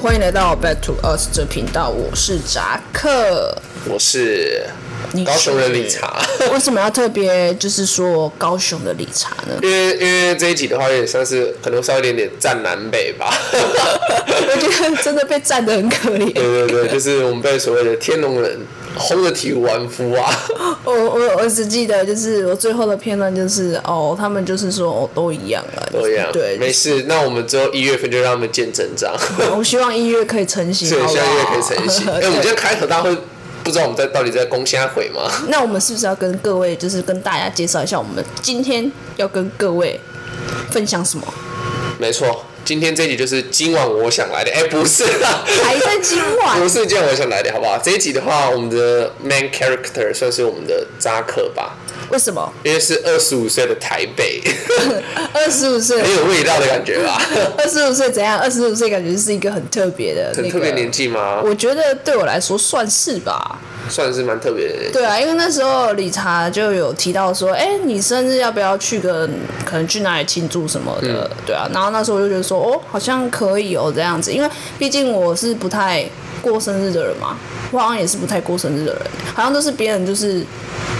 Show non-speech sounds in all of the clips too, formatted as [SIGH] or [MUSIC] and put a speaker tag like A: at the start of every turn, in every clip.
A: 欢迎来到 Back to Us 这频道，我是扎克。
B: 我是
A: 你
B: 高雄人
A: 是
B: 理查，
A: 为什么要特别就是说高雄的理查呢？ [LAUGHS]
B: 因为因为这一集的话，有点像是可能稍微有点点占南北吧。
A: 我觉得真的被占得很可怜。
B: 对对对，就是我们被所谓的天龙人轰得体无完肤 [LAUGHS] 啊。
A: 我我我只记得就是我最后的片段就是哦，他们就是说哦都一样啊，
B: 都一样，
A: 对，
B: 没事。那我们之后一月份就让他们见真 [LAUGHS] 章，
A: 我希望音乐可以成型，
B: 所以
A: 好不
B: 下
A: 好
B: 个月可以
A: [LAUGHS]
B: 成 [LAUGHS] 型。哎、我们今天开头大会不知道我们在到底在攻虾毁吗？
A: 那我们是不是要跟各位，就是跟大家介绍一下，我们今天要跟各位分享什么？
B: [LAUGHS] [LAUGHS] 没错，今天这一集就是今晚我想来的。哎、不是 [LAUGHS] 啦，
A: 还在今晚
B: 不是今晚我想来的，好不好？这一集的话，我们的 main character 算是我们的扎克吧，
A: 为什么？
B: 因为是二十五岁的台
A: [LAUGHS]
B: 北，
A: 二十五
B: 很
A: 岁，
B: 有味道的感觉吧？
A: 二十五岁怎样？二十五岁感觉是一个很特别的、那
B: 很
A: 个，
B: 特别年纪吗？
A: 我觉得对我来说算是吧。
B: 算是蛮特别的年纪。
A: 对啊，因为那时候理查就有提到说，哎、你生日要不要去个可能去哪里庆祝什么的？
B: 嗯
A: 对啊，然后那时候我就觉得说，哦，好像可以哦这样子，因为毕竟我是不太过生日的人嘛，我好像也是不太过生日的人，好像都是别人就是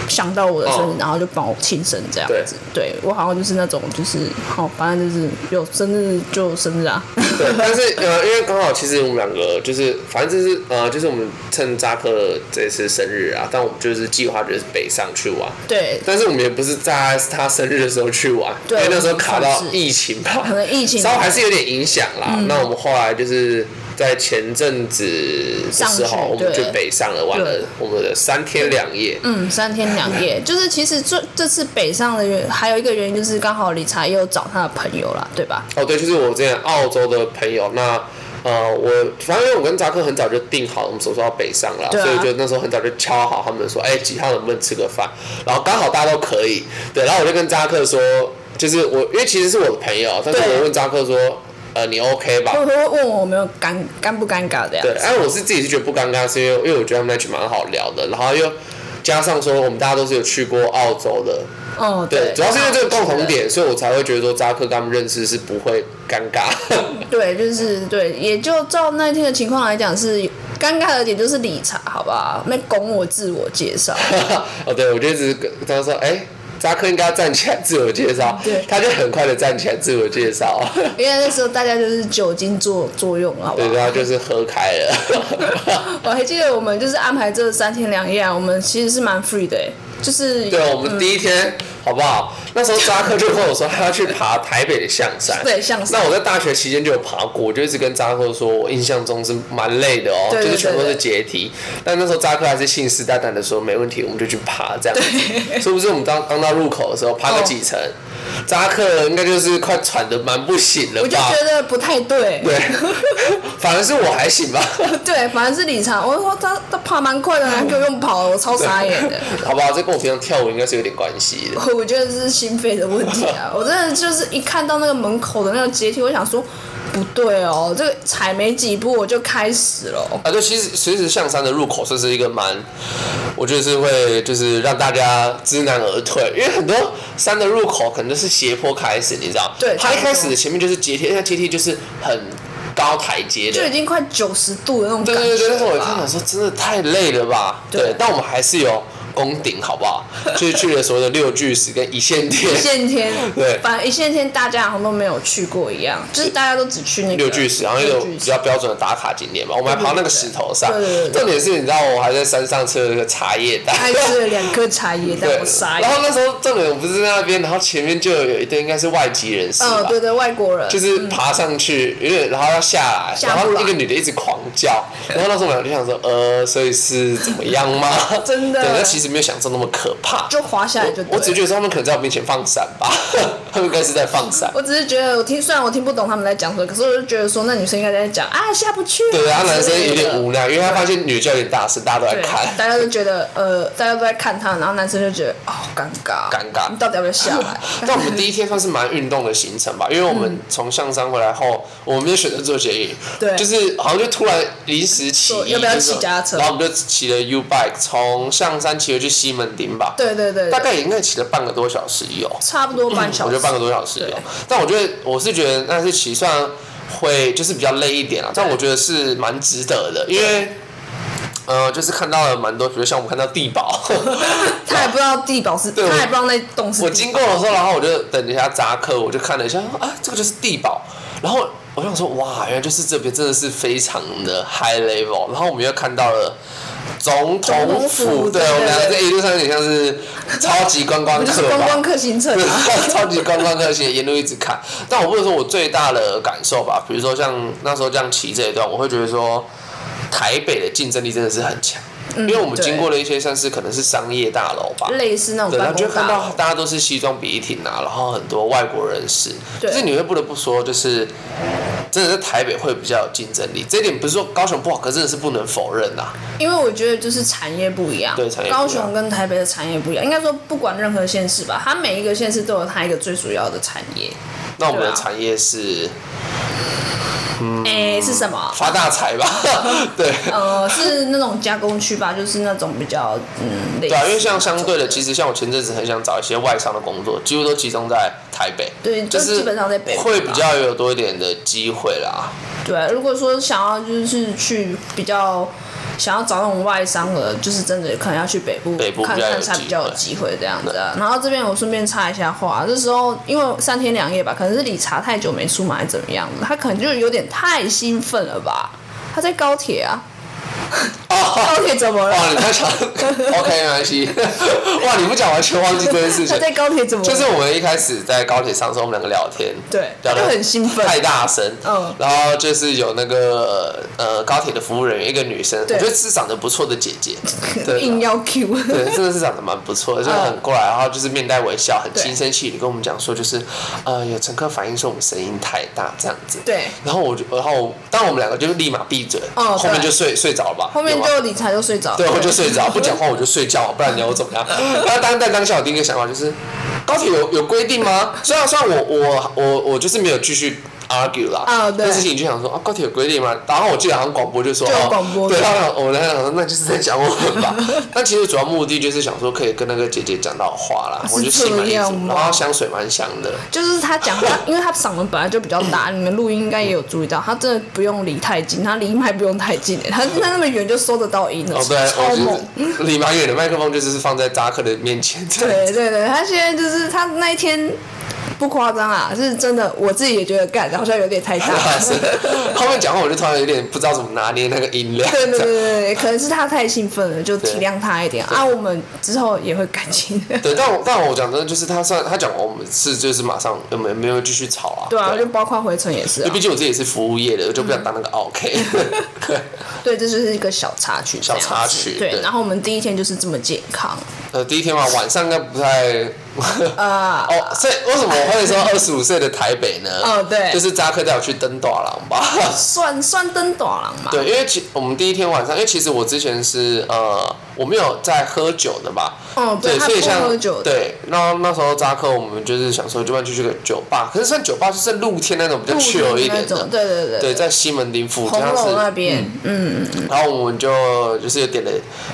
A: 想到我的生日，
B: 哦
A: 然后就帮我庆生这样子。对我好像就是那种就是，好、反正就是有生日就生日啊。
B: 对，但是呃，因为刚好其实我们两个就是，反正就是呃，就是我们趁扎克这次生日啊，但我们就是计划就是北上去玩，
A: 对，
B: 但是我们也不是在他生日的时候去玩，
A: 对
B: 因为那时候卡到
A: 算是
B: 疫情吧，
A: 可能疫情嗯
B: 稍微还是有点影响啦。那我们后来就是在前阵子的时
A: 上去
B: 候，我们
A: 对
B: 就北上了，玩了
A: 对
B: 我们的三天两夜。
A: 嗯，三天两夜，就是其实这这次北上的原还有一个原因就是刚好理查也有找他的朋友啦，对吧？
B: 哦，对，就是我之前澳洲的朋友，那呃，我反正因为我跟扎克很早就定好我们什么时候要北上了，
A: 对啊
B: 所以就那时候很早就敲好他们说，哎、几号能不能吃个饭？然后刚好大家都可以，对，然后我就跟扎克说，就是我因为其实是我的朋友，但是
A: 对嗯
B: 我问扎克说，呃，你 OK 吧？
A: 会哦会问我有没有尴尴不尴尬这样
B: 对，
A: 子？
B: 哎，我是自己是觉得不尴尬，是因为因为我觉得他们那群蛮好聊的，然后又加上说我们大家都是有去过澳洲的，
A: 哦，
B: 对，主要是因为这个共同
A: 对
B: 点，所以我才会觉得说扎克跟他们认识是不会尴尬。 [LAUGHS]
A: 对，就是对，也就照那天的情况来讲是尴尬的点就是理查，好不好？那拱我自我介
B: [LAUGHS]
A: 绍，
B: 哦，对，我就一直跟他说，哎、扎克应该要站起来自我介绍，
A: 对
B: 他就很快的站起来自我介绍，
A: [LAUGHS] 因为那时候大家就是酒精作作用，好不
B: 对，
A: 好？
B: 然后就是喝开了。 [LAUGHS]
A: 我还记得我们就是安排这三天两夜啊，我们其实是蛮 free 的、欸，就是
B: 对，啊我们第一天好不好？那时候扎克就跟我说他要去爬台北的象山，
A: 对象山
B: 那我在大学期间就有爬过，我就一直跟扎克说，我印象中是蛮累的哦，
A: 对对
B: 就是全部
A: 对
B: 都
A: 对
B: 是阶梯。但那时候扎克还是信誓旦旦的说没问题，我们就去爬这样子。是不是我们当刚到入口的时候爬个
A: 哦
B: 几层？扎克应该就是快喘的蛮不行了
A: 我就
B: 吧？
A: 觉得不太对。
B: 对，反而是我还行吧，
A: 对，反正是理查，我说他他爬蛮快的，还给我用跑，我超傻眼的。
B: 好吧，这跟我平常跳舞应该是有点关系的。
A: 我觉得这是心肺的问题啊！我真的就是一看到那个门口的那个阶梯，我想说，不对哦，这个踩没几步我就开始了哦。
B: 啊，就其实其实象山的入口算是一个蛮，我觉得是会就是让大家知难而退，因为很多山的入口可能就是斜坡开始，你知道，
A: 对
B: 它
A: 差
B: 一
A: 不多
B: 开始的前面就是阶梯，那阶梯就是很高台阶的
A: 就，已经快九十度的那种
B: 对
A: 感觉
B: 对对，但是我一
A: 了
B: 看
A: 吧
B: 想说真的太累了吧，
A: 对
B: 对，但我们还是有攻顶好不好？就是去了所谓的六巨石跟一线天
A: 一，线天，
B: 对
A: 反正一线天大家好像都没有去过一样，就是大家都只去那个
B: 六巨石，然后一
A: 六
B: 个
A: 巨
B: 比
A: 石
B: 较标准的打卡景点嘛。我们还爬那个石头上
A: 对对对对，
B: 重点是你知道我还在山上吃了那个茶叶蛋。
A: 还吃了两颗茶叶蛋，
B: [LAUGHS] 对
A: 我傻，眼
B: 然。后那时候重点我不是在那边，然后前面就有一对应该是外籍人士
A: 嗯，
B: 吧，
A: 对对，外国人
B: 就是爬上去，因为然后要下来，
A: 下
B: 然
A: 不
B: 后
A: 来
B: 一个女的一直狂叫，然后那时候我们俩就想说，呃，所以是怎么样吗？
A: [LAUGHS] 真的
B: 对，那其实没有想象那么可怕，
A: 就滑下来就
B: 我我只
A: 对
B: 觉得他们可能在我面前放闪吧， [LAUGHS] 他们应该是在放闪。
A: 我只是觉得，我听虽然我听不懂他们在讲什么，可是我就觉得说，那女生应该在讲啊下不去啊。
B: 对，然后男生有
A: 之类的
B: 点无奈，因为他发现女教练大声，大家都在
A: 对
B: 看，，
A: 大家都觉得呃，大家都在看他，然后男生就觉得哦，尴尬，
B: 尴尬
A: 你到底要不要下来？
B: [LAUGHS] 但我们第一天算是蛮运动的行程吧，因为我们从象山回来后，我们就选择坐捷运，
A: 嗯对
B: 就是好像就突然临时起
A: 说
B: 意，
A: 要不要
B: 就是
A: 骑脚踏车
B: 然后我们就骑了 U bike 从象山骑回去西门町吧，
A: [LAUGHS] 对对对，
B: 大概也应该骑了半个多小时有，
A: 差不多半小
B: 我
A: 时，
B: 觉得半个多小时有
A: 对，
B: 但我觉得我是觉得那是骑算会就是比较累一点啊，但我觉得是蛮值得的，因为。呃，就是看到了蛮多，比如像我们看到地堡，
A: [LAUGHS] 他也不知道地堡是，
B: 对我
A: 他也不知道那栋是。
B: 我经过的时候，然后我就等了一下扎克，我就看了一下，啊，这个就是地堡。然后我想说，哇，原来就是这边真的是非常的 high level。然后我们又看到了总统
A: 总统
B: 府，
A: 府
B: 对
A: 对
B: 我们两个
A: 对
B: 这一路上有点像是超级观光
A: 我就是
B: 客
A: 观光
B: 吧。
A: 客行程
B: 对
A: 啊，
B: [LAUGHS] 超级观光客，且沿路一直看。但我不能说我最大的感受吧，比如说像那时候这样骑这一段，我会觉得说，台北的竞争力真的是很强，因为我们
A: 嗯对
B: 经过了一些像是可能是商业大楼吧，
A: [LAUGHS] 类似那种
B: 对，然
A: 办
B: 后就
A: 公
B: 会看
A: 大楼
B: 到大家都是西装笔挺啊，然后很多外国人士，
A: 对
B: 就是你会不得不说，就是真的在台北会比较有竞争力，这一点不是说高雄不好，可真的是不能否认啊呐、
A: 因为我觉得就是产业不一样，
B: 对产业不一
A: 高
B: 样
A: 雄跟台北的产业不一样，应该说不管任何县市吧，它每一个县市都有它一个最主要的产业。
B: 那我们的
A: 对啊
B: 产业是嗯
A: 哎、是什么？
B: 发大财吧？
A: 啊
B: [LAUGHS] 对。
A: 呃，是那种加工区吧，就是那种比较嗯，类
B: 对啊，因
A: 似
B: 为像相对的，其实像我前阵子很想找一些外商的工作，几乎都集中在台北，
A: 对，
B: 就
A: 就是基本上在北部
B: 会比
A: 吧
B: 较有多一点的机会
A: [LAUGHS]
B: 啦。
A: 对。啊如果说想要就是去比较想要找那种外商的，就是真的可能要去北部
B: 北部
A: 看
B: 比较有
A: 看才
B: 机
A: 比较有
B: 会
A: 机会这样子啊。然后这边我顺便插一下话，这时候因为三天两夜吧，可能是理查太久没出门还是怎么样的，他可能就有点太兴奋了吧。他在高铁啊，
B: 哦，
A: 高铁怎么
B: 哇，
A: 了？
B: 你在想 [LAUGHS] ，OK，没关系。 [LAUGHS] 哇，你不讲完全忘记这件事情
A: 他。在高铁怎么了？
B: 就是我们一开始在高铁上的时候，我们两个聊天，
A: 对
B: 聊
A: 他
B: 得
A: 就很兴奋
B: 太大声，
A: 嗯
B: 然后就是有那个呃高铁的服务人员，一个女生，我
A: 对
B: 觉得是长得不错的姐
A: [LAUGHS]
B: 姐，对
A: 硬嗯要 Q，
B: 对，啊真的是长得蛮不错的，就是很过来，然后就是面带微笑，很轻声细语地跟我们讲说，就是呃有乘客反映说我们声音太大这样子，
A: 对
B: 然后我就然后当然我们两个就是立马闭嘴，
A: 哦
B: 后面
A: 对
B: 就睡睡着了吧，
A: 后
B: 有
A: 面
B: 吗
A: 就理查就睡着了，
B: 对，我就睡着，不讲话我就睡觉，不然你要我怎么样？然后当在当下我第一个想法就是，高铁有有规定吗？虽然虽然我我我我就是没有继续 argue 啦，
A: 啊对
B: 但是你就想说啊，高铁有规定吗？然后我记得好像广播就说，
A: 就有
B: 哦
A: 广播
B: 对，
A: 对
B: 然后我们在想说那就是在讲我们吧。但其实主要目的就是想说可以跟那个姐姐讲到话啦，我
A: 啊是
B: 就心满
A: 这
B: 意
A: 样
B: 足，
A: 吗
B: 然后香水蛮香的。
A: 就是他讲话，因为他嗓门本来就比较大，你们录音应该也有注意到，他真的不用离太近，他离麦不用太近，欸他 [LAUGHS] 他那么远就收得到音了，
B: 哦，对，
A: 超猛。
B: 我就是离蛮远的麦克风就是放在扎克的面前， [LAUGHS]
A: 对对对，他现在就是他那一天不夸张啊，是真的，我自己也觉得干好像有点太大。
B: [LAUGHS] 大声。啊后面讲话我就突然有点不知道怎么拿捏那个音量。
A: 对对
B: 这
A: 对
B: 样
A: 对对，可能是他太兴奋了，就体谅他一点啊。我们之后也会感情。
B: 对，但我但我讲真的，就是他算他讲完我们是就是马上没有没有继续吵
A: [LAUGHS]
B: 啊。
A: 对啊，就包括回程也是
B: 因为
A: 啊。
B: 毕竟我自己也是服务业的，我就不想当那个 OK。对，
A: 嗯
B: [LAUGHS]
A: 对，这就是一个小插曲这样子。
B: 小插曲
A: 对，
B: 对
A: 然后我们第一天就是这么健康。
B: 呃，第一天嘛，晚上应该不太。
A: [LAUGHS] 啊
B: 哦，所以为什么我会说二十五岁的台北呢？
A: 哦对啊
B: 就是扎克带我去登大郎吧。
A: 算算登短廊嘛。
B: 对，因为其我们第一天晚上，因为其实我之前是呃，我没有在喝酒的嘛，
A: 嗯对
B: 对，
A: 他
B: 所以
A: 不
B: 像
A: 喝酒的
B: 对，那那时候扎克我们就是想说，就不去去个酒吧，可是算酒吧就是露天那种比较
A: 露天
B: chill 一
A: 那
B: 点
A: 种
B: 的，
A: 对对对
B: 对，在西门町附近，
A: 红
B: 它
A: 楼那
B: 是，
A: 边，嗯，
B: 然后我们就就是点了，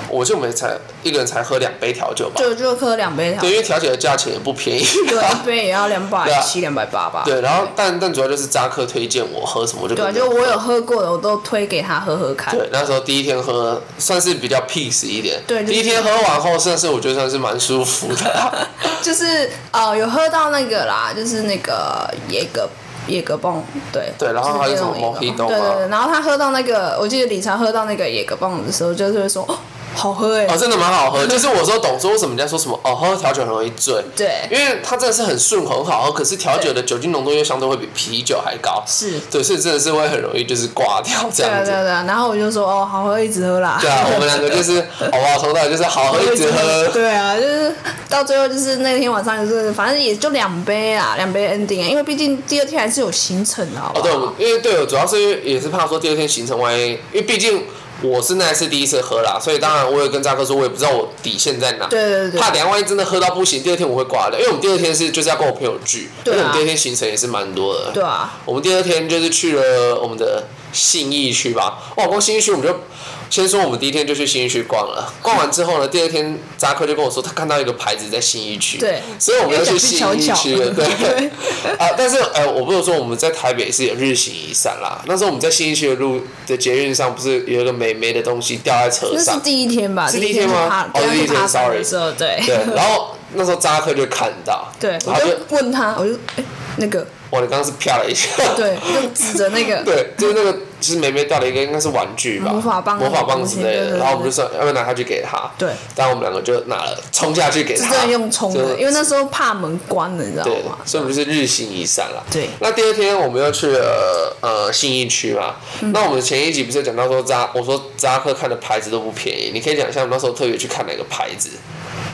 B: 我就没才一个人才喝两杯调酒吧，
A: 就就喝两杯调
B: 对，，因为调酒的价钱也不
A: [LAUGHS]
B: 便宜，
A: 对，一杯也要两
B: 对
A: 百
B: 啊
A: 七、两百八吧。
B: 对，然后但但主要就是扎克推荐我喝什么，我就
A: 对啊，
B: 跟着
A: 就我有喝过的，我都推给他喝喝看。
B: 对，那时候第一天喝算是比较 peace 一点。
A: 对就是
B: 第一天喝完后，算是我觉得算是蛮舒服
A: [LAUGHS]
B: 的。
A: 就是呃，有喝到那个啦，就是那个野格野格泵，对
B: 对然后
A: 就是
B: 还有什么
A: 那种野格
B: Mojito
A: 泵
B: 啊
A: 对
B: 吗
A: 对对，然后他喝到那个，我记得理查喝到那个野格泵的时候，就是会说哦，好喝哎
B: 哦，，真的蛮好喝。就是我说懂说为什么人家说什么哦，喝调酒很容易醉。
A: 对
B: 因为它真的是很顺口很好喝，可是调酒的酒精浓度又相对会比啤酒还高。
A: 是，
B: 对，所以真的是会很容易就是挂掉这
A: 对啊
B: 样子
A: 对。啊对啊，然后我就说哦，好喝，一直喝啦。
B: 对啊，我们两个就是好不好？从头到尾就是好哦喝一直喝。
A: 对啊，就是到最后就是那天晚上就是反正也就两杯啊，两杯 ending，啊因为毕竟第二天还是有行程的，好不好？
B: 哦，对，我因为对，我主要是因为也是怕说第二天行程万一，因为毕竟我是那一次第一次喝啦，所以当然我也跟扎克说，我也不知道我底线在哪。
A: 对对对
B: 怕等一下万一真的喝到不行，第二天我会挂掉，因为我们第二天是就是要跟我朋友聚，
A: 对啊
B: 因为我们第二天行程也是蛮多的。
A: 对啊，
B: 哦我们第二天就是去了我们的信义区吧，哇，光信义区我们就先说我们第一天就去新一区逛了，逛完之后呢，第二天扎克就跟我说他看到一个牌子在新一区，
A: 对
B: 所以我们要去新一区了，
A: 有点像去瞧瞧 [LAUGHS]
B: 对。 [LAUGHS] 啊，但是呃，我不是说我们在台北是有日行一善啦，那时候我们在新一区的路的捷运上不是有一个美眉的东西掉在车
A: 那
B: 上
A: 是，第一天吧？
B: 是
A: 第
B: 第一天吗
A: 爬
B: 哦
A: 第
B: 第一天
A: 爬山
B: sorry
A: 的时候，对
B: 对，然后那时候扎克就看到，
A: [LAUGHS] 对，
B: 然
A: 我
B: 后就
A: 就问他，我就哎那
B: [LAUGHS]
A: 个，
B: 哇，你刚刚是啪了一下，
A: [LAUGHS] 对，就指着那个，
B: [LAUGHS] 对，就是那个，就是梅梅掉了一个应该是玩具吧，
A: 魔法棒啊
B: 魔法棒之
A: 什么东西
B: 类
A: 对对
B: 的。
A: 对
B: 然后我们就说，要不要拿它去给他？
A: 对，
B: 但我们两个就拿了，冲下去给
A: 是
B: 他。
A: 真的用冲
B: 就
A: 的，因为那时候怕门关了，你知道
B: 对
A: 吗，？
B: 所以我们就是日行一善啦。
A: 对
B: 那第二天我们又去了呃信义区嘛。
A: 嗯
B: 那我们前一集不是有讲到说扎，我说扎克看的牌子都不便宜，你可以讲一下我们那时候特别去看哪个牌子？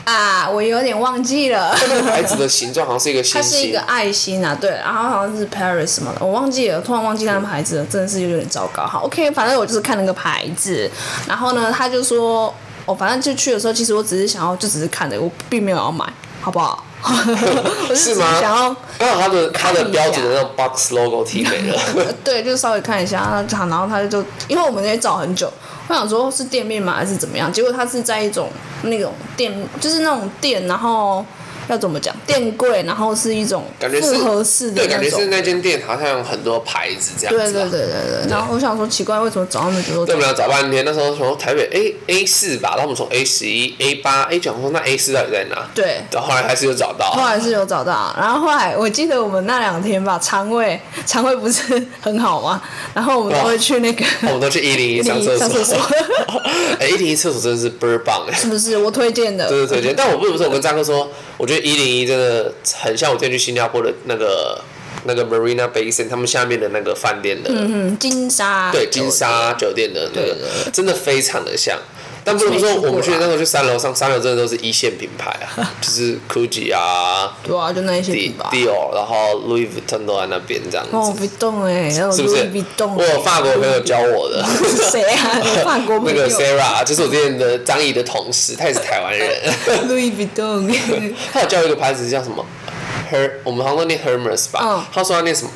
A: 啊，我有点忘记
B: [LAUGHS]
A: 了。
B: 那个牌子的形状好像是一个
A: 它
B: 星
A: 是一个
B: 星。
A: 爱心啊，对，然后好像是 Paris 什么的，我忘记了，突然忘记那个牌子了，真的是有点糟糕。好，OK，反正我就是看那个牌子，然后呢，他就说，我、反正就去的时候，其实我只是想要，就只是看的，我并没有要买，好不好？ [LAUGHS] 我就只
B: 是吗
A: 想要，
B: 刚好它的它的
A: 看一下
B: 标准的那种 box logo 提给了，
A: 对，就稍微看一下他，然后他就，因为我们也找很久，我想说是店面吗，还是怎么样？结果他是在一种那种店，就是那种店，然后要怎么讲，店柜，然后是一种
B: 感觉是
A: 复合式的
B: [LAUGHS] 对，感
A: 那
B: 觉
A: 种
B: 是。那间店好像有很多牌子这样
A: 对
B: 子
A: 对
B: 啊。
A: 对对对。然后我想说奇怪，为什么找他们就说
B: 对，我们俩找半天，那时候从台北 A A 四吧，然后我们从 A 十一、A 八、A 九，我说那 A 四到底在哪？
A: 对
B: 然后后来还是有找到。
A: 后来是有找到，然后后来我记得我们那两天吧，肠胃肠胃不是 [LAUGHS] 很好吗？然后我
B: 啊
A: 们都会去那个，
B: [LAUGHS] 我们都去一零一上厕
A: 上厕所
B: [LAUGHS] 哎，一零一厕所真的是倍儿棒哎，
A: 是不是我推荐的？
B: 真的
A: [LAUGHS]
B: 推荐。但我不得不说，我跟张哥说，我觉得一零一真的很像我之前去新加坡的那个那个 Marina Basin 他们下面的那个饭店的，
A: 嗯，金沙
B: 对金沙酒店的那个
A: 对对，
B: 真的非常的像。但不能
A: 没
B: 说
A: 去过
B: 我们去的
A: 啊
B: 那时候去三楼上，三楼真的都是一线品牌
A: [LAUGHS]
B: 啊，就是 Gucci 啊，
A: 对啊，就那一些地
B: D
A: 方。
B: Dior，然后 Louis Vuitton 都在那边这样
A: 哦，
B: 子，
A: 不动哎，那种
B: 是不
A: 路
B: 是？
A: 不动。
B: 我有法国朋友教我的，
A: 是谁啊？
B: [LAUGHS]
A: 法国
B: 那
A: 朋友
B: 个 Sarah 啊就是我之前的张怡的同事，她也是台湾人，
A: [LAUGHS] 路易比
B: [LAUGHS]
A: 动，
B: 她有教我一个牌子叫什么 Her，我们好像都念 Hermes
A: 嗯
B: 吧，她说她念什么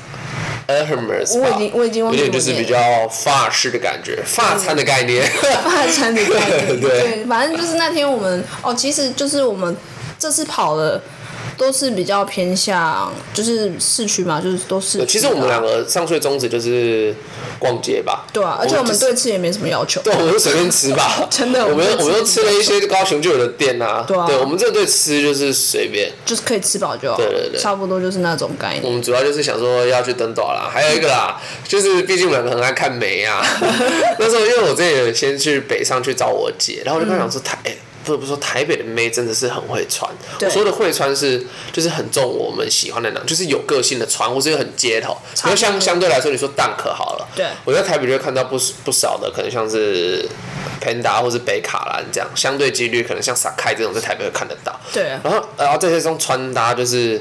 B: Hermes，
A: 我已经我已经忘
B: 有
A: 记
B: 点就是
A: 我念嗯
B: 比较法式的感觉，法餐的概念。
A: [LAUGHS] 发餐的概念。
B: 对
A: 对，反正就是那天我们哦，其实就是我们这次跑的都是比较偏向就是市区嘛，就是都市区的。
B: [LAUGHS] 其实我们两个上去的宗旨就是逛街吧，
A: 对啊，而且我们
B: 就是
A: 对吃也没什么要求。
B: 对，我们就随便吃
A: [LAUGHS]
B: 吧。
A: 真的
B: 我
A: 我
B: 们
A: 们就
B: 我们又吃了一些高雄就有的店啊。
A: 对啊
B: 我们这对吃就是随便。
A: 就是可以吃饱就好，
B: 对对对嗯
A: 差不多就是那种概
B: 我
A: 念。
B: 们主要就是想说要去登岛啦，还有一个啦，就是毕竟我们两个很爱看梅
A: [LAUGHS]
B: 啊。那时候因为我之前有先去北上去找我姐，然后我就跟她讲说台，哎不得不说台北的妹真的是很会穿。
A: 对
B: 我说的会穿是就是很重我们喜欢的那种，就是有个性的穿，或是很街头。
A: 差不多
B: 因为相相对来说，你说 Dunk 好了，
A: 对
B: 我在台北就会看到不不少的，可能像是 Panda 或是北卡兰这样，相对几率可能像 Sakai 这种在台北会看得到。
A: 对啊
B: 然后然后这些种穿搭就是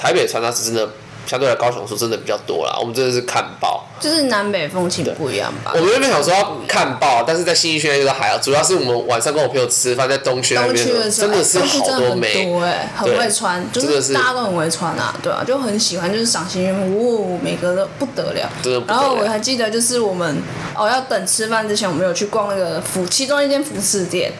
B: 台北的穿搭是真的。相对来高雄说真的比较多啦，我们真的是看爆。
A: 就是南北风情不一样吧
B: 我。们原本想说要看爆，但是在新义区那边都还好，主要是我们晚上跟我朋友吃饭，在东区那
A: 东
B: 边
A: 区的时候，
B: 真的是
A: 哎东区
B: 好
A: 真的很
B: 美，
A: 多哎，很
B: 对
A: 会穿，就
B: 真的
A: 是
B: 是
A: 大家都很会穿啊，对啊，就很喜欢，就是赏心悦目，哦，每个都不得了
B: 真的。不得
A: 然
B: 了
A: 后我还记得，就是我们哦要等吃饭之前，我们有去逛那个服，其中一间服饰店，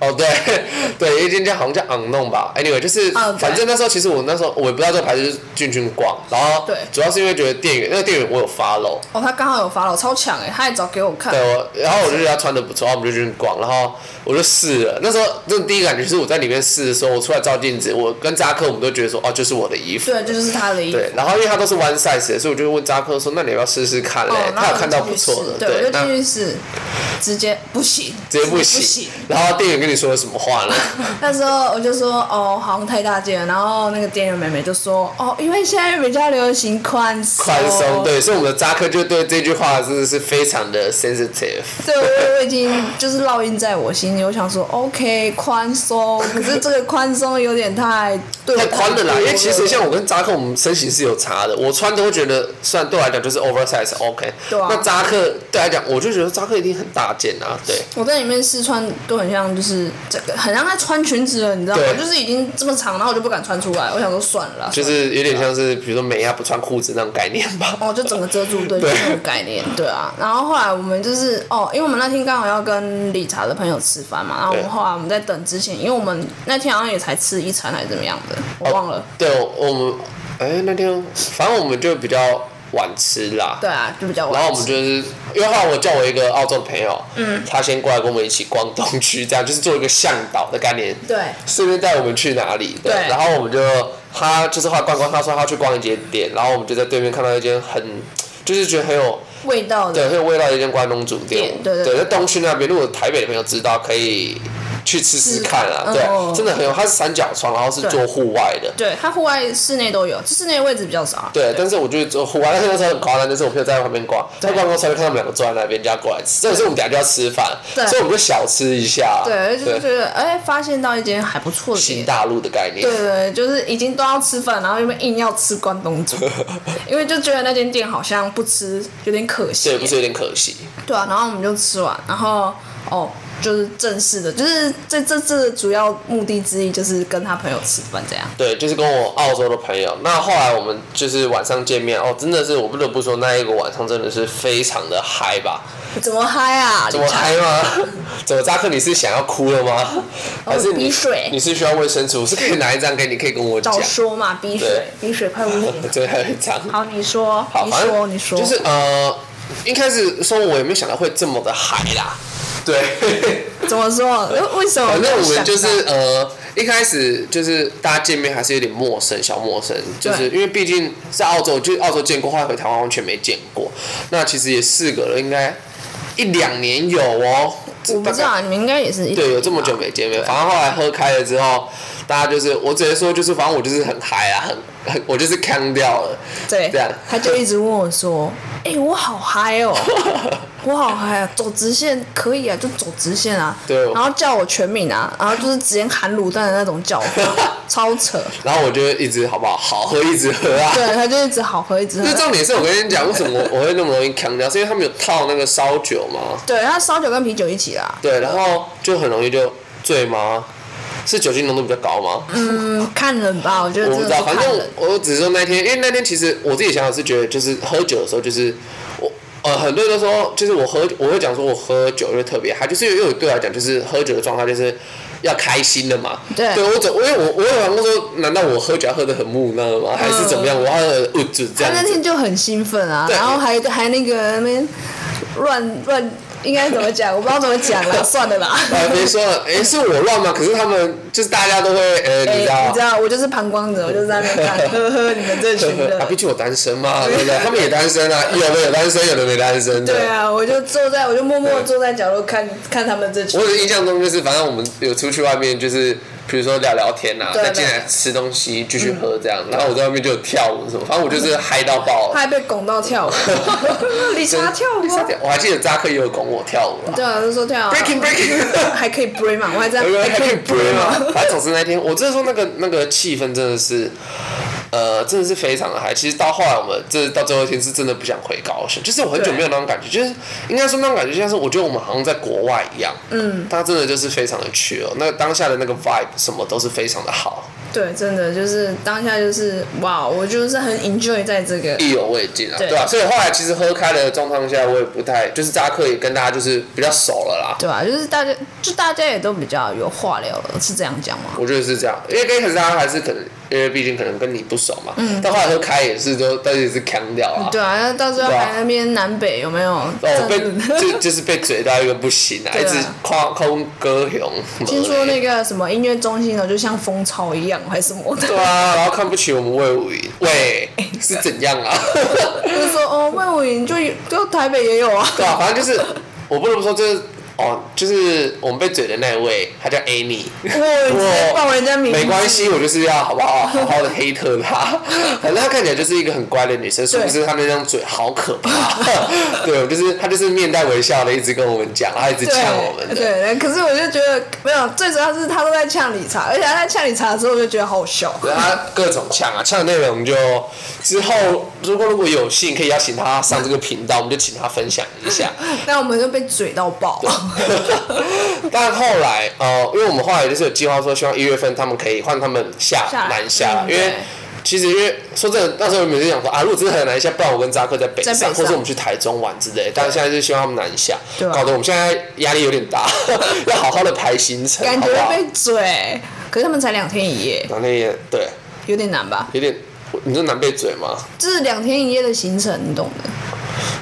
B: 哦，对 [LAUGHS] 对，有一间叫好像叫 Unknown 吧，anyway，就是、
A: 嗯对
B: 反正那时候其实我那时候我也不知道这个牌子，就是进去逛，然后
A: 对
B: 主要是因为觉得店员那个店员我有 follow，
A: 哦，他刚好有发了，超强哎，他还找给我看
B: 对，我，然后我就觉得他穿的不错，然后我们就进去逛，然后我就试了，那时候那第一感觉是我在里面试的时候，我出来照镜子，我跟扎克我们都觉得说哦，就是我的衣服。
A: 对，这就是他的衣服。
B: 对，然后因为他都是 one size 的，所以我就问扎克说：“那你要不要试试看嘞？”
A: 哦，然
B: 他
A: 后
B: 有看到
A: 我
B: 不
A: 就去
B: 错的，
A: 试对，我就
B: 那
A: 进去试，直接不行，
B: 直接不
A: 行。
B: 行。然后店员跟你说了什么话
A: [LAUGHS]
B: 呢？
A: 那时候我就说哦，好像太大件了，然后那个店员妹妹就说哦，因为现在比较流行宽松，
B: 宽松，
A: 哦
B: 对，所以我们的扎克就对这句话真的是非常的 sensitive。
A: 对，我我已经就是烙印在我心里，我想说 OK 宽松，
B: [LAUGHS]
A: 可是这个宽松有点太对我
B: 太宽的啦，
A: 多
B: 因为其实像我跟扎克，我们身形是有差的。我穿都会觉得，虽然对我来讲就是 oversize OK，
A: 对啊
B: 那扎克对来讲，我就觉得扎克一定很大件啊，对。
A: 我在里面试穿都很像就是就是整个很像在穿裙子了，你知道吗？
B: 对
A: 就是已经这么长，然后我就不敢穿出来，我想说算了啦，
B: 就是有点像是比如说美亚不穿裤子那种概念吧。
A: 哦，就整个遮住，对，就
B: 对
A: 那种概念，对啊。然后后来我们就是哦，因为我们那天刚好要跟理查的朋友吃饭嘛，然后我们
B: 对
A: 后来我们在等之前，因为我们那天好像也才吃一餐还是怎么样的，
B: 哦
A: 我忘了。
B: 对，我我们哎、那天反正我们就比较晚吃啦。
A: 对啊，就比较晚。
B: 然后我们就是，因为后来我叫我一个澳洲朋友，嗯，他先过来跟我们一起逛东区，这样就是做一个向导的概念，
A: 对
B: 顺便带我们去哪里的。
A: 对
B: 然后我们就他就是后来逛逛，他说他去逛一间店，然后我们就在对面看到一间很，就是觉得很有
A: 味道
B: 对
A: 的，
B: 很有味道的一间关东煮店
A: 店，对对
B: 在东区那边，如果台北的朋友知道可以。去吃吃看啊，
A: 嗯
B: 对，
A: 嗯嗯
B: 真的很有，它是三角窗，然后是
A: 对
B: 做户外的，
A: 对，它户外、室内都有，就室内的位置比较少。
B: 对，但是我就做户外，但是那时候很夸张，就是我朋友在旁边逛，他
A: 对
B: 逛逛出来就看他们两个坐在那边，就要过来吃。这个是我们等一下就要吃饭，
A: 对
B: 所以我们就小吃一下。
A: 对，就是觉得哎，发现到一间还不错的
B: 新
A: 店。
B: 大陆的概念
A: 对。对对，就是已经都要吃饭，然后又没硬要吃关东
B: [LAUGHS]
A: 煮，因为就觉得那间店好像不吃有点可惜。
B: 对，不是有点可惜？
A: 对啊，然后我们就吃完，然后哦，就是正式的，就是这这次的主要目的之一就是跟他朋友吃饭这样。
B: 对，就是跟我澳洲的朋友。那后来我们就是晚上见面哦，真的是我不得不说，那一个晚上真的是非常的嗨吧？
A: 怎么嗨啊？
B: 怎么
A: 李强？
B: 嗨吗？ [LAUGHS] 怎么扎克？你是想要哭了吗？还是
A: 哦鼻
B: 你
A: 水
B: 你是需要卫生纸？我是可以拿一张给你，可以跟我讲
A: 早。说嘛，鼻水，鼻水快无语。
B: 对，还有一张。
A: 好，你说，
B: [LAUGHS] 好，
A: 你
B: 反
A: 说，
B: 正
A: 你说，
B: 就是呃，一开始说我也没有想到会这么的嗨啦，对，
A: 怎么说？为为什么？
B: [LAUGHS] 反正我们
A: 没哦
B: 就
A: 有
B: 是
A: 想到
B: 呃，一开始就是大家见面还是有点陌生，小陌生，就是因为毕竟在澳洲，就是澳洲见过，后来回台湾完全没见过，那其实也四个了，应该一两年有哦，这
A: 我不
B: 大
A: 知
B: 概
A: 道，你们应该也是一
B: 对，有这么久没见面。反正后来喝开了之后，大家就是我只能说，就是反正我就是很嗨啊，很很我就是扛掉了，
A: 对
B: 这样，
A: 他就一直问我说：“哎、我好嗨
B: [LAUGHS]
A: 哦，我好嗨啊，走直线可以啊，就走直线啊。”
B: 对我
A: 然后叫我全名啊，然后就是直接喊卤蛋的那种叫法，
B: [LAUGHS]
A: 超扯。
B: 然后我就一直好不好，好喝一直喝
A: [LAUGHS]
B: 啊。
A: 对，他就一直好喝，一直
B: 这
A: 喝。
B: 重点是我跟你讲，为什么我我会那么容易扛掉，是因为他们有套那个烧酒嘛，
A: 对他烧酒跟啤酒一起啦，
B: 对，然后就很容易就醉吗？是酒精浓度比较高吗？
A: 嗯，看人吧，我觉得
B: 我
A: 真
B: 不
A: 的
B: 知
A: 是
B: 道，反
A: 看
B: 正
A: 人。
B: 我只是说那天，因为那天其实我自己想想是觉得，就是喝酒的时候，就是我呃，很多人都说，就是我喝，我会讲说我喝酒就特别嗨，就是因为我对我来讲，就是喝酒的状态就是要开心的嘛。
A: 对
B: 对我总因为我我有想过说，难道我喝酒要喝的很木讷吗？还是怎么样？我要喝得呃就这
A: 他
B: 样
A: 那
B: 子。
A: 天就很兴奋啊，
B: 对
A: 然后还还那个那边乱乱，应该怎么讲？我不知道怎么讲
B: [LAUGHS]
A: 了，算了啦。
B: 呃，别说了，哎、是我乱吗？可是他们就是大家都会，呃、
A: 哎、
B: 你知道，
A: 你知道，我就是旁观者，我就在那边看，
B: [LAUGHS]
A: 呵呵，你们这群人
B: 啊，。毕竟我单身嘛，对不对？他们也单身啊，有的有单身，有的没单身的。
A: 对啊，我就坐在，我就默默坐在角落看看他们这群
B: 我。的印象中就是，反正我们有出去外面，就是比如说聊聊天啊，
A: 对嗯
B: 再进来吃东西，继续喝这样。然后我在外面就有跳舞什么，反正我就是嗨到爆
A: 他还
B: 了。
A: 被拱到
B: [LAUGHS]
A: 跳舞，理查跳舞
B: 就是
A: 啊，
B: 我还记得扎克也有拱我跳舞啊。
A: 对啊，就说跳啊
B: Breaking, breaking
A: 还可以 break 嘛，我还在
B: [LAUGHS] 有没有还可以
A: break
B: break 吗？反正总之那天，我真的说那个那个气氛真的是，呃，真的是非常的嗨。其实到后来我们这到最后一天是真的不想回高雄，就是我很久没有那种感觉，就是应该说那种感觉就像是我觉得我们好像在国外一样。嗯，他真的就是非常的 chill，那个当下的那个 vibe 什么都是非常的好，
A: 对，真的就是当下就是哇，我就是很 enjoy 在这个。
B: 意犹未尽啊，
A: 对
B: 对吧、所以后来其实喝开了的状况下，我也不太就是扎克也跟大家就是比较熟了啦。
A: 对啊，就是大家就大家也都比较有话聊了，是这样讲吗？
B: 我觉得是这样，因为跟可是他还是可能，因为毕竟可能跟你不熟嘛。嗯。但后来喝开也是就，但是也是扛掉啊。
A: 对啊，那到时候
B: 对啊
A: 还那边南北有没有？
B: 哦，被
A: 真的
B: 就就是被嘴到一个不行
A: [LAUGHS]
B: 啊，
A: 对啊
B: 一直夸空歌雄。
A: 听说那
B: 个。
A: 个什么音乐中心呢，就像蜂巢一样，还是什么的。
B: [LAUGHS] 对啊，然后看不起我们魏武营，
A: [LAUGHS]
B: 喂，是怎样啊？ [LAUGHS]
A: 就是说哦，魏武营就有就台北也有啊。
B: 对啊，反正就是我不得不说，就是哦，就是我们被嘴的那一位，他叫 Annie。
A: 哇，你直接报人家名字，
B: 没关。系，我就是要好不好，好好的黑特她。
A: [LAUGHS]
B: 反正她看起来就是一个很乖的女生，殊不知她那张嘴好可
A: [LAUGHS]
B: 怕。对，我就是她就是面带微笑的，一直跟我们讲，她一直
A: 对
B: 呛我们的。
A: 对，可是我就觉得没有，最主要是他都在呛理查，而且他在呛理查的时候，我就觉得好笑。
B: 对她各种呛啊，呛的内容就之后如果如果有幸可以邀请她上这个频道，我们就请她分享一下。
A: 那我们就被嘴到爆。
B: [LAUGHS] 但后来呃，因为我们后来就是有计划说，希望一月份他们可以换他们下
A: 下
B: 南下，
A: 嗯
B: 因为
A: 对
B: 其实因为说真的，那时候我们就想说啊，如果真的很难下，不然我跟扎克在北上，
A: 在北上
B: 或者我们去台中玩之类。但是现在就希望他们南下，
A: 对啊
B: 搞得我们现在压力有点大， [LAUGHS] 要好好的排行
A: [LAUGHS]
B: 程，
A: 感
B: 好
A: 觉
B: 不
A: 会
B: 好？
A: 被嘴。可是他们才两天一夜，
B: 然后那也对，
A: 有点难吧？
B: 有点。你说南被嘴吗？
A: 就是两天一夜的行程，你懂的，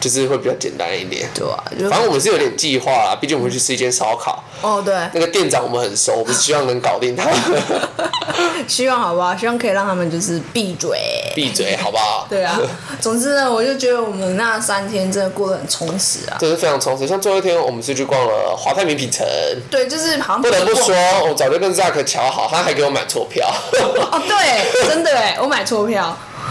B: 就是会比较简单一点。
A: 对吧、就
B: 反正我们是有点计划啦，毕竟我们会去吃一间烧烤，
A: 哦，对，
B: 那个店长我们很熟，我们希望能搞定他。
A: [LAUGHS] 希望好不好？希望可以让他们就是闭嘴。
B: 闭嘴，好不好？
A: 对啊， [LAUGHS] 总之呢，我就觉得我们那三天真的过得很充实
B: [LAUGHS]
A: 啊。
B: 这是非常充实。像最后一天，我们是去逛了华泰名品城。
A: 对，就是好像
B: 不得不
A: 逛
B: 说，我早就跟 Zack 瞧好，他还给我买错
A: [LAUGHS]
B: 票。
A: 哦，对，真的哎，我买错票。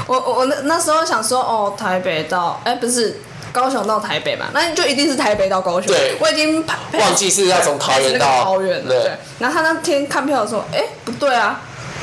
A: 我我我那那时候想说，哦，台北到，哎，不是高雄到台北嘛，那就一定是台北到高雄。
B: 对
A: 我已经排
B: 忘记是要从桃园
A: 排斥
B: 到
A: 那个桃园了。啊
B: 对
A: 对，然后他那天看票的时候，哎，不对啊，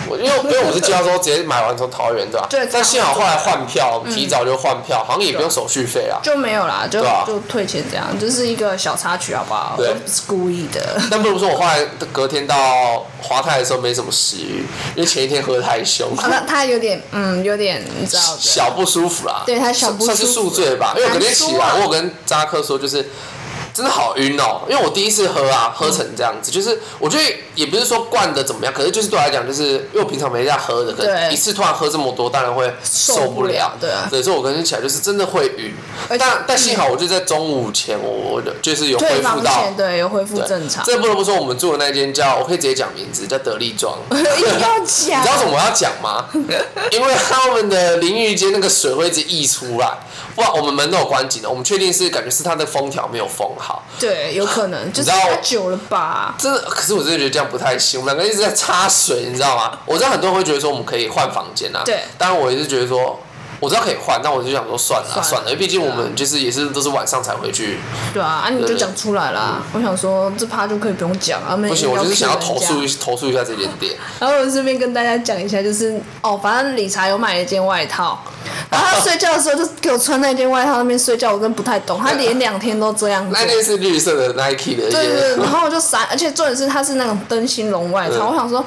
B: 我因为因为我们是接到说直接买完从桃园对吧？
A: 对嗯
B: 但幸好后来换票，我们提早就换票，好像也不用手续费啊。
A: 就没有啦，就、
B: 对啊
A: 就退钱这样，就是一个小插曲，好不好？
B: 对
A: 我不是故意的。 [LAUGHS]
B: 但不如说，我后来隔天到华泰的时候没什么食欲，因为前一天喝太
A: [LAUGHS]
B: 凶，
A: 啊、他他有点，嗯，有点，你知道的。
B: 小不舒服啦。
A: 对他小不舒服
B: 算是宿醉吧，因为我隔天起
A: 难说
B: 来
A: 啊，
B: 我有跟扎克说，就是真的好晕哦、因为我第一次喝啊，喝成这样
A: 嗯
B: 子，就是我觉得也不是说灌的怎么样，可是就是对我来讲，就是因为我平常没在喝的，可能
A: 对
B: 一次突然喝这么多，当然会受
A: 不了对啊
B: 所以说我隔天起来就是真的会晕，
A: 而且
B: 但但幸好我就在中午前，我我的就是有恢
A: 退
B: 复
A: 房
B: 到
A: 前，。对，有恢复
B: 对
A: 正常。
B: 这不得不说，我们住的那间叫，我可以直接讲名字，叫得力庄。
A: [LAUGHS] 一定要讲。
B: 你知道为什么我要讲
A: [LAUGHS]
B: 吗？因为他们的淋浴间那个水会一直溢出来，哇，我们门都有关紧的，我们确定是感觉是它的封条没有封好。
A: 对，有可能，就是
B: 知道
A: 太久了吧？
B: 真的，可是我真的觉得这样不太行。我们两个一直在插水，你知道吗？我知道很多人会觉得说我们可以换房间啊，
A: 对
B: 当然我也是觉得说。我知道可以换，但我就想说算了啊
A: 算了
B: 算了，因为毕竟
A: 对
B: 我
A: 啊
B: 们就是也是都是晚上才回去，
A: 对啊，啊你
B: 对
A: 就
B: 对
A: 讲出来啦。我想说这趴就可以不用讲啊，没
B: 不行，我就是想要
A: 不
B: 投
A: 人家嗯
B: 诉一投诉一下这间店。
A: 然后我顺便跟大家讲一下，就是哦，反正理查有买了一件外
B: [LAUGHS]
A: 套，然后他睡觉的时候就给我穿那件外套那边睡觉，我真的不太懂，他连两天都这样做
B: 那。间是绿色的 Nike 的
A: 对
B: 一
A: 对，
B: 些
A: 对，然后我就闪，而且重点是它是那种灯芯绒外套，
B: 嗯
A: 我想说，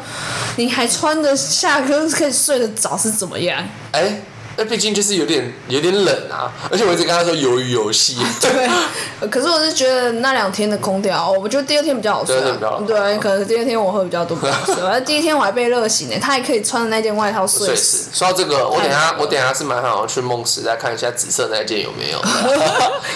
A: 你还穿得下，可是可以睡得着是怎么样？
B: 哎，那毕竟就是有点有点冷啊，而且我一直跟他说鱿鱼游戏，
A: [LAUGHS] 对，可是我是觉得那两天的空调，我觉得第二天比较好睡、
B: 第二天
A: 啊
B: 比较好。
A: 对，可能第二天我喝比较多，不好
B: [LAUGHS]
A: 睡。而第一天我还被热醒呢、他还可以穿着那件外套睡
B: 碎
A: 死。
B: 石。说到这个，我等一
A: 太
B: 下
A: 好了
B: 我等一下是蛮想要去梦时再看一下紫色那一件有
A: [LAUGHS]
B: 没有。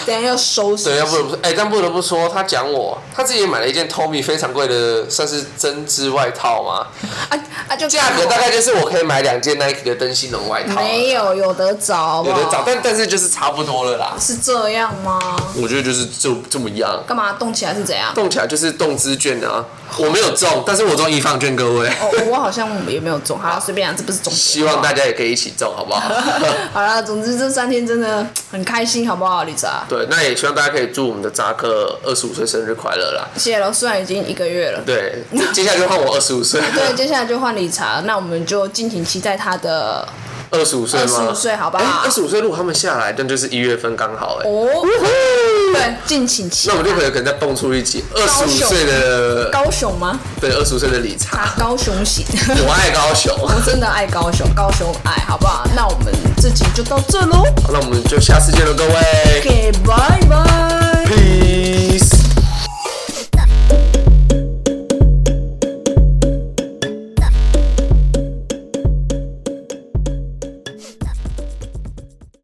A: 等一下要收拾
B: 对，。要不得不哎、但不得不说，他讲我他自己也买了一件 Tommy 非常贵的，算是针织外套嘛，
A: 啊啊，就
B: 价格大概就是我可以买两件 Nike 的灯芯绒外套啊，
A: 没有有得找好不
B: 有
A: 好
B: 的找，但但是就是差不多了啦。
A: 是这样吗？
B: 我觉得就是就这么样，
A: 干嘛动起来是怎样？
B: 动起来就是动资券啊，我没有中，但是我中一放券，各位，
A: 哦，我好像也没有中，好，随便啊，这不是重点。 [LAUGHS]
B: 希望大家也可以一起中，好不好？
A: 好啦，总之这三天真的很开心，好不好，李查？
B: 对，那也希望大家可以祝我们的扎克二十五岁生日快乐啦。
A: 谢谢了，虽然已经一个月了。 [LAUGHS]
B: 对，接下来就换我二十五岁，
A: 对，接下来就换理查，那我们就敬请期待他的
B: 二十五岁吗？哎
A: 25岁好吧
B: 二十五岁如果他们下来，那就是一月份刚好哎、
A: 哦，对，敬请期
B: 那我们就可能可能再蹦出一集二十
A: 高
B: 五
A: 雄
B: 岁的，
A: 高雄吗？
B: 对二十五岁的理查，
A: 啊，高雄行， [LAUGHS]
B: 我爱高雄。
A: 我真的爱高雄，高雄爱，好不好？那我们这集就到这喽
B: 好那我们就下次见了，各位
A: ，OK，拜拜。
B: ，peace。